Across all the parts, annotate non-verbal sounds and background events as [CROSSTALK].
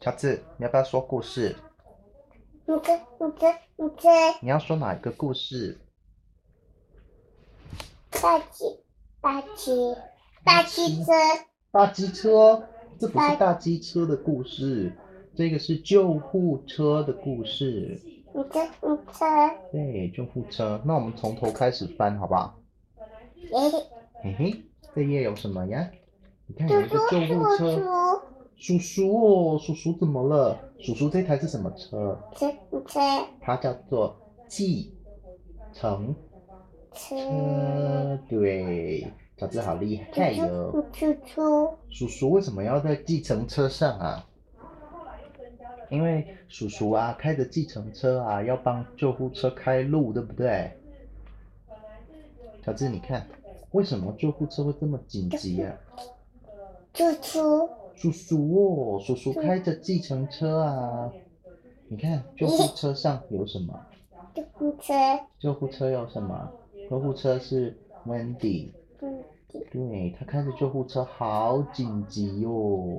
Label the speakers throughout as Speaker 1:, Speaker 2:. Speaker 1: 乔治，你要不要说故事？
Speaker 2: 你这你这你这
Speaker 1: 你要说哪一个故事？
Speaker 2: 大汽大汽大汽车
Speaker 1: 大机车，这不是大机车的故事，这个是救护车的故事。
Speaker 2: 你这你这哎
Speaker 1: 对，救护车。那我们从头开始翻，好不好？
Speaker 2: 诶，
Speaker 1: 嘿嘿，这页有什么呀？你看有
Speaker 2: 叔
Speaker 1: 一个
Speaker 2: 叔
Speaker 1: 救护
Speaker 2: 叔
Speaker 1: 车。叔
Speaker 2: 叔，
Speaker 1: 叔哦，叔叔怎么了？叔叔这台是什么车？
Speaker 2: 这你这
Speaker 1: 它叫做计程
Speaker 2: 车，
Speaker 1: 车。对，乔治好厉害
Speaker 2: 叔
Speaker 1: 哟、
Speaker 2: 叔叔叔，
Speaker 1: 叔叔为什么要在计程车上啊？因为叔叔啊，开着计程车啊，要帮救护车开路，对不对？乔治，你看，为什么救护车会这么紧急啊？
Speaker 2: 叔叔
Speaker 1: 叔叔哦，叔叔开着计程车啊。你看，救护车上有什么？
Speaker 2: 这你这
Speaker 1: 救护车有什么？救护车是 Wendy，
Speaker 2: 嗯，
Speaker 1: 对他开着救护车，好紧急哟、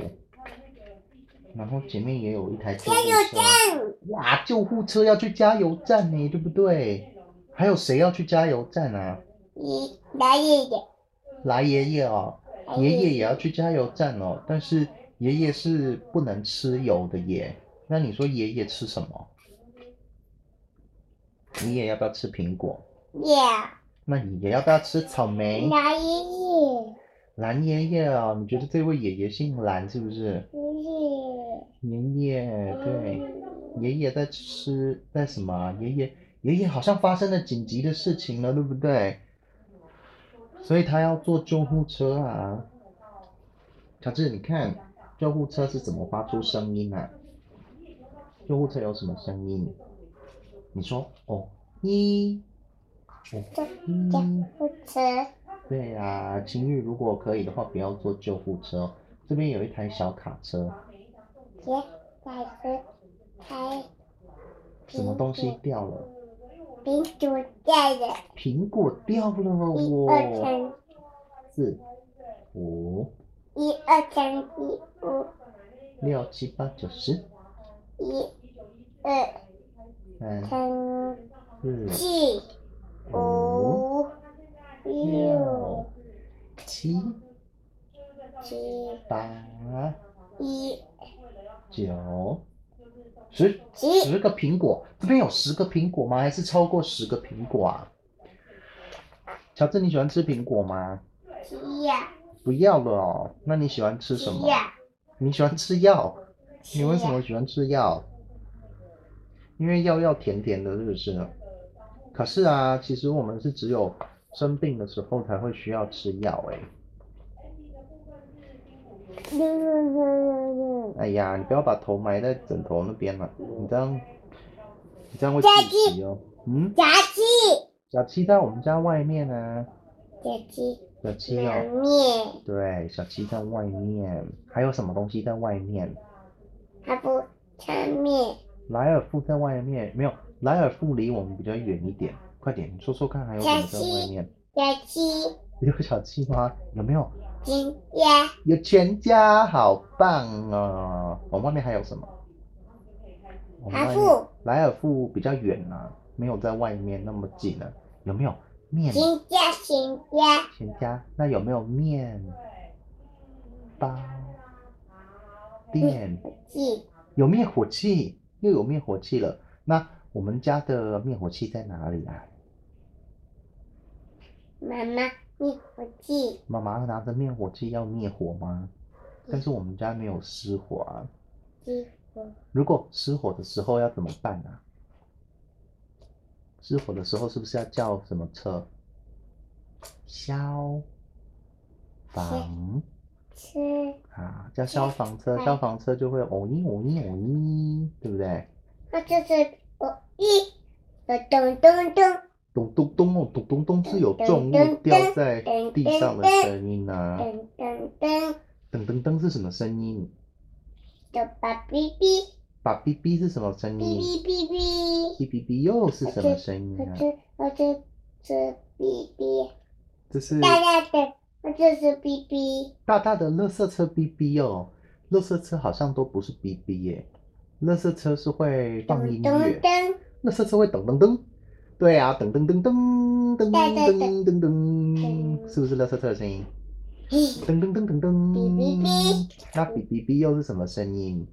Speaker 1: 然后前面也有一台救护车，
Speaker 2: 嗯
Speaker 1: 哇，救护车要去加油站呢，对不对？还有谁要去加油站啊？
Speaker 2: 你来爷爷，
Speaker 1: 来爷爷哦，爷爷也要去加油站哦，但是爷爷是不能吃油的耶。那你说爷爷吃什么？你也要不要吃苹果？
Speaker 2: 呀，
Speaker 1: 那你也要不要吃草莓？
Speaker 2: 来爷爷
Speaker 1: 蓝爷爷哦，你觉得这位爷爷姓蓝是不是？
Speaker 2: 爷爷，
Speaker 1: 爷爷，对，爷爷在吃在什么啊？爷爷爷爷好像发生了紧急的事情了，对不对？所以他要坐救护车啊。乔治，你看救护车是怎么发出声音啊？救护车有什么声音？你说哦，一，哦
Speaker 2: 这这
Speaker 1: 一。
Speaker 2: 不车。
Speaker 1: 对呀、情侣如果可以的话，不要坐救护车。哦这边有一台小卡车，
Speaker 2: 别把这开
Speaker 1: 什么东西掉了？
Speaker 2: 冰主带的
Speaker 1: 苹果掉了
Speaker 2: 一二
Speaker 1: 哦！
Speaker 2: 三
Speaker 1: 四、五、
Speaker 2: 一二三一五
Speaker 1: 六、七、八、九、十，
Speaker 2: 一二
Speaker 1: 三、
Speaker 2: 三
Speaker 1: 四、
Speaker 2: 四
Speaker 1: 五、
Speaker 2: 五六
Speaker 1: 六、七、
Speaker 2: 七
Speaker 1: 八、
Speaker 2: 一
Speaker 1: 九、十，
Speaker 2: 七
Speaker 1: 十个苹果。这边有十个苹果吗？还是超过十个苹果啊？乔治，你喜欢吃苹果吗？
Speaker 2: 七呀
Speaker 1: 不要了哦。那你喜欢吃什
Speaker 2: 七
Speaker 1: 么？
Speaker 2: 呀
Speaker 1: 你喜欢吃药？
Speaker 2: 七
Speaker 1: 你为什
Speaker 2: 呀
Speaker 1: 么喜欢吃药？因为药要甜甜的，是不是？可是啊，其实我们是只有生病的时候才会需要吃药、欸。
Speaker 2: 六六六六六
Speaker 1: 哎呀，你不要把头埋在枕头那边了，你这样，你这样会
Speaker 2: 佳
Speaker 1: 窒息哦。嗯，
Speaker 2: 炸鸡
Speaker 1: 小七在我们家外面啊，
Speaker 2: 炸鸡
Speaker 1: 小七
Speaker 2: 凉
Speaker 1: 哦，
Speaker 2: 面
Speaker 1: 对，小七在外面，还有什么东西在外面？
Speaker 2: 还不汤面
Speaker 1: 莱尔富在外面，没有，莱尔富离我们比较远一点。快点，你说说看，还有什么在外面？
Speaker 2: 炸鸡
Speaker 1: 有小青蛙，有没有？
Speaker 2: 煎鸭
Speaker 1: 有全家，好棒哦！我们外面还有什么？我们
Speaker 2: 还
Speaker 1: 外面
Speaker 2: 不
Speaker 1: 莱尔富比较远啊，没有在外面那么近啊。有没有面？
Speaker 2: 新家新家
Speaker 1: 全家，那有没有面包嗯店？
Speaker 2: 鸡
Speaker 1: 有灭火器，又有灭火器了。那我们家的灭火器在哪里啊？
Speaker 2: 妈妈灭火器，
Speaker 1: 妈妈拿着灭火器要灭火吗？但是我们家没有失火啊。
Speaker 2: 鸡火
Speaker 1: 如果失火的时候要怎么办啊？失火的时候是不是要叫什么车？消防
Speaker 2: 车，
Speaker 1: 啊，叫消防车，
Speaker 2: 嗯
Speaker 1: 消防车就会哦咦哦咦哦咦，对不对？
Speaker 2: 那就是我一，我咚咚
Speaker 1: 咚
Speaker 2: 咚
Speaker 1: 咚咚哦，咚咚咚是有重物掉在地上的声音啊。
Speaker 2: 噔噔噔，
Speaker 1: 噔噔噔是什么声音？
Speaker 2: 的吧哔哔
Speaker 1: 把哔哔是什么声
Speaker 2: 哔
Speaker 1: 音？
Speaker 2: 哔哔哔，
Speaker 1: 哔哔哔又是什么声音
Speaker 2: 我
Speaker 1: 啊？
Speaker 2: 这我这是哔哔，
Speaker 1: 这是
Speaker 2: 大大的，我这是哔哔，
Speaker 1: 大大的垃圾车哔哔哦。垃圾车好像都不是哔哔耶，垃圾车是会放音
Speaker 2: 噔
Speaker 1: 乐
Speaker 2: 噔，噔，
Speaker 1: 垃圾车会噔噔噔。对啊，噔噔噔噔噔
Speaker 2: 对对对
Speaker 1: 噔噔噔，是不是垃圾车的声音？
Speaker 2: 嘿，
Speaker 1: 噔噔噔噔噔。
Speaker 2: 哔哔
Speaker 1: 那哔哔哔又是什么声音？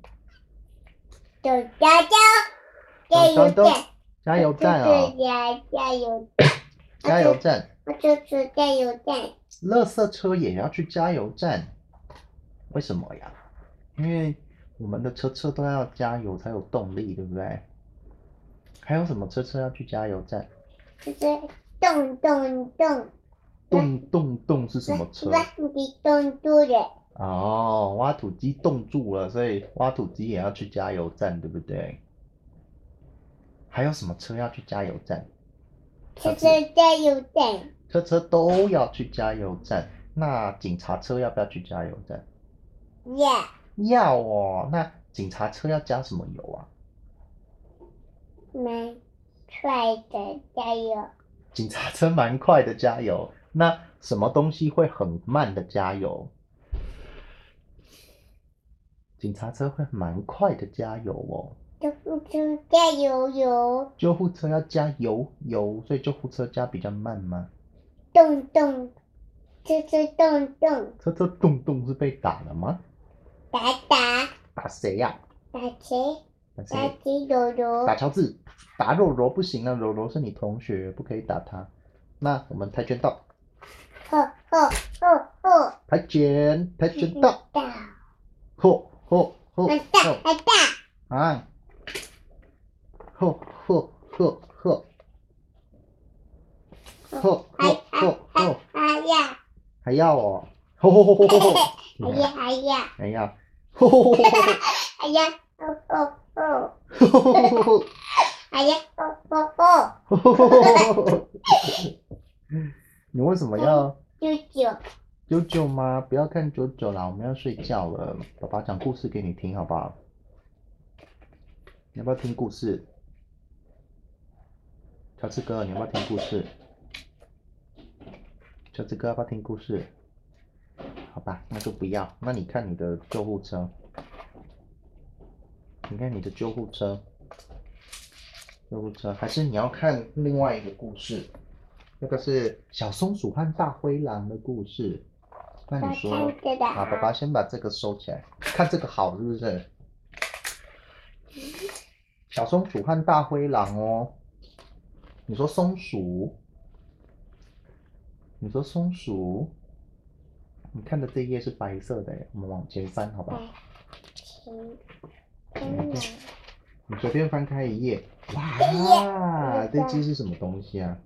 Speaker 2: 走加加加油
Speaker 1: 咚咚
Speaker 2: 站
Speaker 1: 咚，加油站啊，
Speaker 2: 加加油，
Speaker 1: 加油站。
Speaker 2: 我就是加油站，
Speaker 1: 垃圾车也要去加油站，为什么呀？因为我们的车车都要加油才有动力，对不对？还有什么车车要去加油站？
Speaker 2: 就是动动动，
Speaker 1: 动动动是什么车？
Speaker 2: 把你动住了，
Speaker 1: 哦，挖土机冻住了，所以挖土机也要去加油站，对不对？还有什么车要去加油站？
Speaker 2: 就是加油站，
Speaker 1: 车车都要去加油站，那警察车要不要去加油站？
Speaker 2: 呀，
Speaker 1: 要哦，那警察车要加什么油啊？
Speaker 2: 蛮帅的，加油，
Speaker 1: 警察车蛮快的加油，那什么东西会很慢的加油？警察车会蛮快的加油哦，
Speaker 2: 就是加油油，
Speaker 1: 救护车要加油油，所以救护车加比较慢吗？
Speaker 2: 动动，就是动动，
Speaker 1: 车车咚咚是被打了吗？
Speaker 2: 打打
Speaker 1: 打谁呀、
Speaker 2: 打谁？
Speaker 1: 打
Speaker 2: 打
Speaker 1: 谁？
Speaker 2: 起柔柔
Speaker 1: 打乔治，打柔柔不行啊，柔柔是你同学，不可以打他。那我们跆拳道，
Speaker 2: 吼吼吼吼，
Speaker 1: 跆拳，跆拳道，
Speaker 2: 打，
Speaker 1: 嚯嚯嚯
Speaker 2: 很大
Speaker 1: 嚯
Speaker 2: 很大，
Speaker 1: 啊！吼吼吼吼！吼
Speaker 2: 哎
Speaker 1: 吼
Speaker 2: 哎
Speaker 1: 吼
Speaker 2: 哎
Speaker 1: 吼！
Speaker 2: 哎呀，
Speaker 1: 还要哦！吼吼吼吼吼吼！
Speaker 2: 哎呀哎呀
Speaker 1: 哎呀！吼吼吼
Speaker 2: 哎呀，哦哦哦，
Speaker 1: 吼吼吼！
Speaker 2: 哎呀哦哦哦，
Speaker 1: 吼吼吼吼！ [LAUGHS] 你为什么要
Speaker 2: 舅舅，
Speaker 1: 九九吗？不要看九九啦，我们要睡觉了。爸爸讲故事给你听，好不好？你要不要听故事？乔治哥，你要不要听故事？乔治哥要不要听故事？好吧，那就不要。那你看你的救护车，你看你的救护车，救护车，还是你要看另外一个故事？那个是小松鼠和大灰狼的故事。那
Speaker 2: 我
Speaker 1: 你说
Speaker 2: 看，着的
Speaker 1: 啊，爸爸先把这个收起来，看这个好是不是？小松鼠和大灰狼哦。你说松鼠，你说松鼠，你看的这一页是白色的耶，我们往前翻好吧？
Speaker 2: 哎行真的
Speaker 1: 你随便翻开一页，
Speaker 2: 哎
Speaker 1: 哇
Speaker 2: 呀，
Speaker 1: 这只是什么东西啊？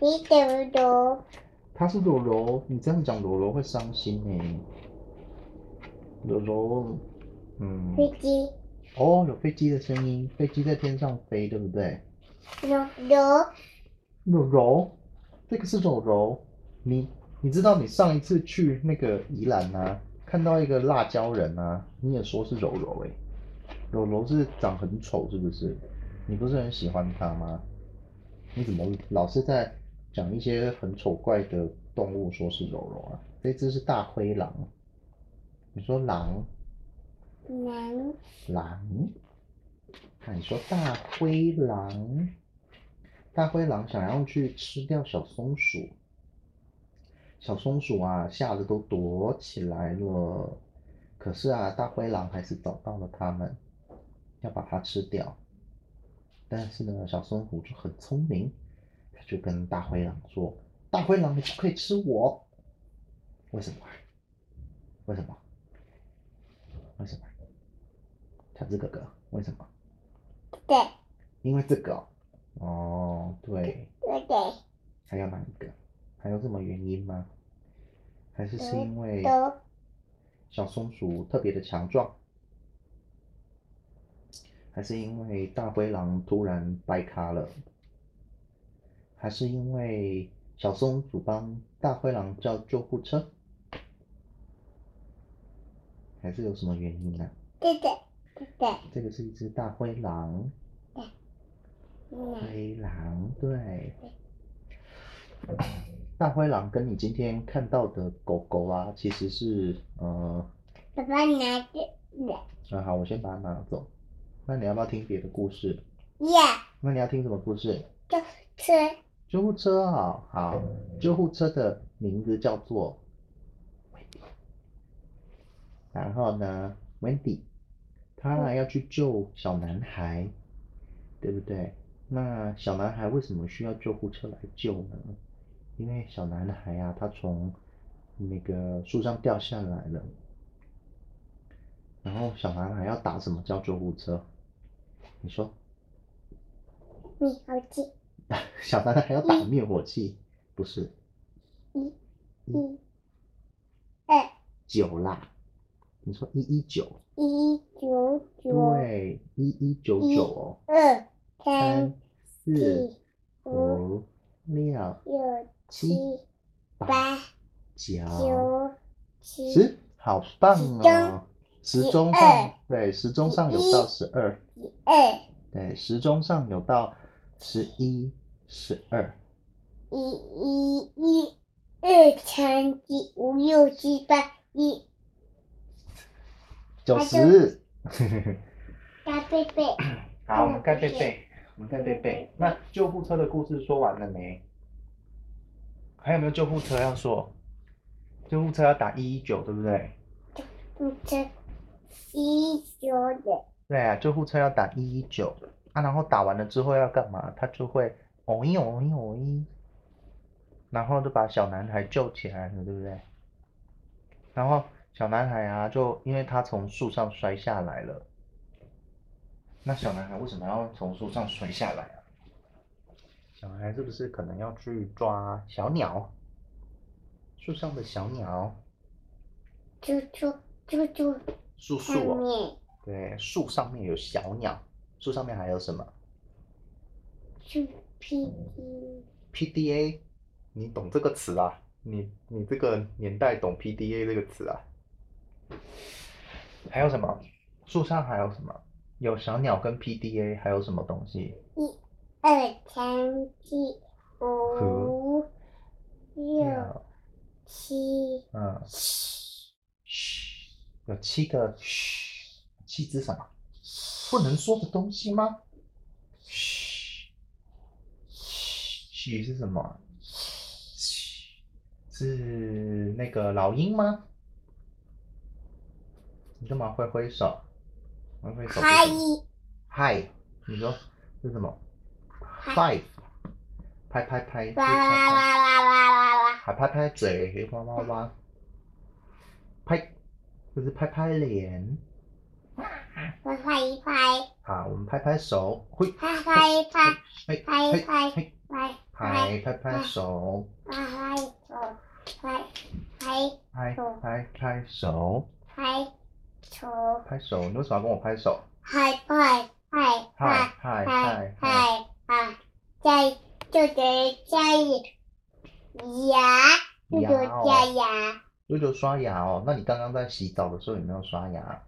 Speaker 2: 你怎么读？
Speaker 1: 它是柔柔，你这样讲柔柔会伤心哎。柔柔，嗯，
Speaker 2: 飞机，
Speaker 1: 哦，有飞机的声音，飞机在天上飞，对不对？
Speaker 2: 柔柔，
Speaker 1: 柔柔，这个是柔柔。你你知道你上一次去那个宜兰啊，看到一个辣椒人啊，你也说是柔柔诶、柔柔是长很丑是不是？你不是很喜欢它吗？你怎么老是在讲一些很丑怪的动物，说是柔柔啊？这只是大灰狼。你说狼
Speaker 2: 男，
Speaker 1: 狼，那你说大灰狼，大灰狼想要去吃掉小松鼠，小松鼠啊吓得都躲起来了，可是啊大灰狼还是找到了它们，要把它吃掉。但是呢，小松鼠就很聪明，它就跟大灰狼说：“大灰狼，你不可以吃我，为什么啊？为什么？为什么？”乔治哥哥，为什么？
Speaker 2: 对
Speaker 1: 因为这个哦。哦，对，
Speaker 2: 对对，
Speaker 1: 还有哪一个？还有什么原因吗？还是是因为
Speaker 2: 都
Speaker 1: 小松鼠特别的强壮？还是因为大灰狼突然掰咖了？还是因为小松鼠帮大灰狼叫救护车？还是有什么原因呢、
Speaker 2: 对对对对，
Speaker 1: 这个是一只大灰狼。
Speaker 2: 男，
Speaker 1: 灰狼，对。 [COUGHS] 大灰狼跟你今天看到的狗狗啊，其实是呃
Speaker 2: 爸爸拿着的
Speaker 1: 那好，我先把它拿走。那你要不要听别的故事？
Speaker 2: 耶，
Speaker 1: 那你要听什么故事？
Speaker 2: 吃
Speaker 1: 救护车啊、好，救护车的名字叫做 Wendy。然后呢，Wendy，他要去救小男孩，对不对？那小男孩为什么需要救护车来救呢？因为小男孩啊，他从那个树上掉下来了。然后小男孩要打什么叫救护车？你说，
Speaker 2: 米好吃，
Speaker 1: 小男孩要打灭火器，不是？
Speaker 2: 一、二、
Speaker 1: 九啦，你说一一九，
Speaker 2: 一、九、九、
Speaker 1: 对，一一九九哦，
Speaker 2: 二、
Speaker 1: 三
Speaker 2: 三、
Speaker 1: 四
Speaker 2: 四、五、
Speaker 1: 五六
Speaker 2: 六、
Speaker 1: 七
Speaker 2: 七、
Speaker 1: 八
Speaker 2: 八、
Speaker 1: 九
Speaker 2: 九、十、
Speaker 1: 十，好棒哦！时
Speaker 2: 十
Speaker 1: 钟
Speaker 2: 十
Speaker 1: 上
Speaker 2: 二
Speaker 1: 对，时钟上有
Speaker 2: 十一
Speaker 1: 到十二，
Speaker 2: 二、
Speaker 1: 对，时钟上有到十一、十二，
Speaker 2: 一、一、一、二、三、四、五、六、七、八、一、
Speaker 1: 九
Speaker 2: 那就
Speaker 1: 十。
Speaker 2: 大贝贝，
Speaker 1: 好，我们盖贝贝，我们盖贝贝。那救护车的故事说完了没？还有没有救护车要说？救护车要打一一九，对不对？
Speaker 2: 不吃一、九的
Speaker 1: 对啊，救护车要打一一九啊，然后打完了之后要干嘛？他就会哦一哦一哦一，然后就把小男孩救起来了，对不对？然后小男孩啊，就因为他从树上摔下来了，那小男孩为什么要从树上摔下来啊？小男孩是不是可能要去抓小鸟？树上的小鸟，
Speaker 2: 猪猪猪猪
Speaker 1: 树树
Speaker 2: 上
Speaker 1: 哦。
Speaker 2: 面
Speaker 1: 对，树上面有小鸟，树上面还有什么
Speaker 2: 是屁屁，
Speaker 1: ？PDA，你懂这个词啊？你你这个年代懂 PDA 这个词啊？还有什么？树上还有什么？有小鸟跟 PDA，还有什么东西？
Speaker 2: 二、三、四、五、
Speaker 1: 啊
Speaker 2: 六、七、
Speaker 1: 嗯，嘘，有七个嘘，七只什么？不能说的东西吗？嘘，嘘是什么啊？嘘是那个老鹰吗？你干嘛挥挥手？挥挥手。
Speaker 2: 嗨，一
Speaker 1: 嗨，你说是什么？Five，拍拍拍，
Speaker 2: 啦啦啦啦啦啦啦，
Speaker 1: 还拍拍嘴，哇哇哇，拍，就是拍拍脸。
Speaker 2: 我拍一拍，
Speaker 1: 好，我们拍拍手，嘿，
Speaker 2: 拍拍一拍，
Speaker 1: 嘿，
Speaker 2: 拍一
Speaker 1: 嘿，
Speaker 2: 拍，
Speaker 1: 嘿，
Speaker 2: 拍
Speaker 1: 拍
Speaker 2: 拍
Speaker 1: 拍拍手，
Speaker 2: 拍拍手，拍拍
Speaker 1: 拍拍拍手，
Speaker 2: 拍手。
Speaker 1: 拍手。你为什么要跟我拍手？
Speaker 2: 嗨嗨嗨
Speaker 1: 嗨
Speaker 2: 嗨
Speaker 1: 嗨
Speaker 2: 嗨
Speaker 1: 嗨嗨！
Speaker 2: 嗨啊！在就得加牙，就得加牙，
Speaker 1: 舅舅刷牙哦，那你刚刚在洗澡的时候有没有刷牙？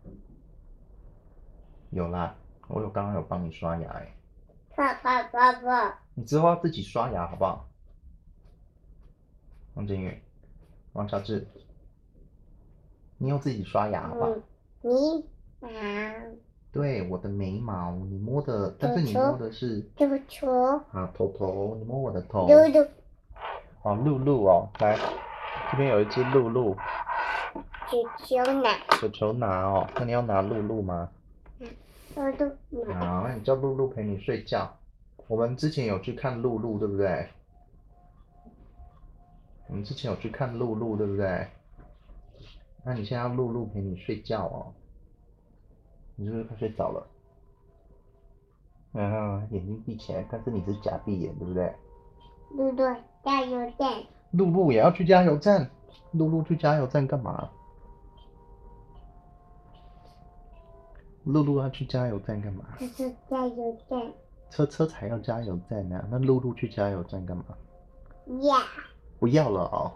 Speaker 1: 有啦，我有刚刚有帮你刷牙哎，
Speaker 2: 爸爸爸爸，
Speaker 1: 你之后要自己刷牙好不好？王振宇，王小志，你有自己刷牙好不好？
Speaker 2: 嗯，你拿
Speaker 1: 对，我的眉毛，你摸的，但是你
Speaker 2: 头头
Speaker 1: 摸的是
Speaker 2: 这球，
Speaker 1: 啊头头，你摸我的头。
Speaker 2: 嘟嘟
Speaker 1: 哦，露露哦，来，这边有一只露露，
Speaker 2: 只球奶，
Speaker 1: 球球拿哦，那你要拿露露吗？
Speaker 2: 嘟嘟奶，
Speaker 1: 好，那啊你叫露露陪你睡觉。我们之前有去看露露，对不对？我们之前有去看露露，对不对？那你现在要露露陪你睡觉哦。你是不是快睡着了？然后眼睛闭起来，但是你是假闭眼，对不对？
Speaker 2: 嘟嘟加油站，
Speaker 1: 露露也要去加油站，露露去加油站干嘛？露露要去加油站干嘛？
Speaker 2: 这是加油站，
Speaker 1: 车车才要加油站呢、那露露去加油站干嘛？
Speaker 2: 呀，
Speaker 1: 不要了哦，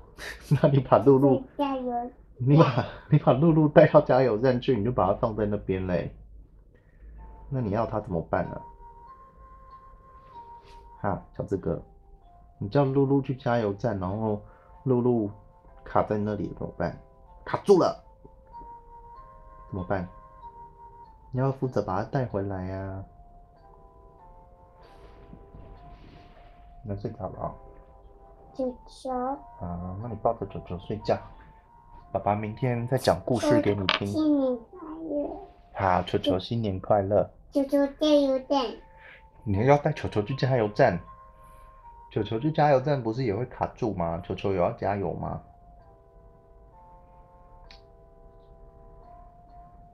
Speaker 1: [LAUGHS] 那你把露露，
Speaker 2: 加油，
Speaker 1: [LAUGHS] 你把你把露露带到加油站去，你就把它放在那边嘞。那你要它怎么办呢、哈，小志哥，你叫露露去加油站，然后露露卡在那里怎么办？卡住了，怎么办？你要负责把它带回来呀、啊。能睡着了啊、
Speaker 2: 九九
Speaker 1: 啊，那你抱着九九睡觉。爸爸明天再讲故事给你听。
Speaker 2: 新年快乐！
Speaker 1: 好，球球新年快乐！
Speaker 2: 九九加油站，
Speaker 1: 你要带球球去加油站。球球去加油站不是也会卡住吗？球球有要加油吗？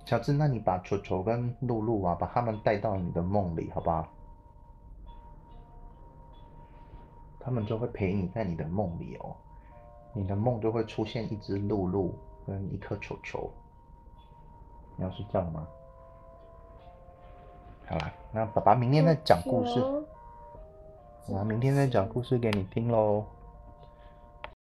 Speaker 1: 乔治，那你把球球跟露露啊，把他们带到你的梦里，好不好？他们就会陪你在你的梦里哦，你的梦就会出现一只露露跟一颗球球。你要睡觉了吗？好啦，哎那爸爸明天再讲故事
Speaker 2: 九，九
Speaker 1: 我明天再讲故事给你听喽。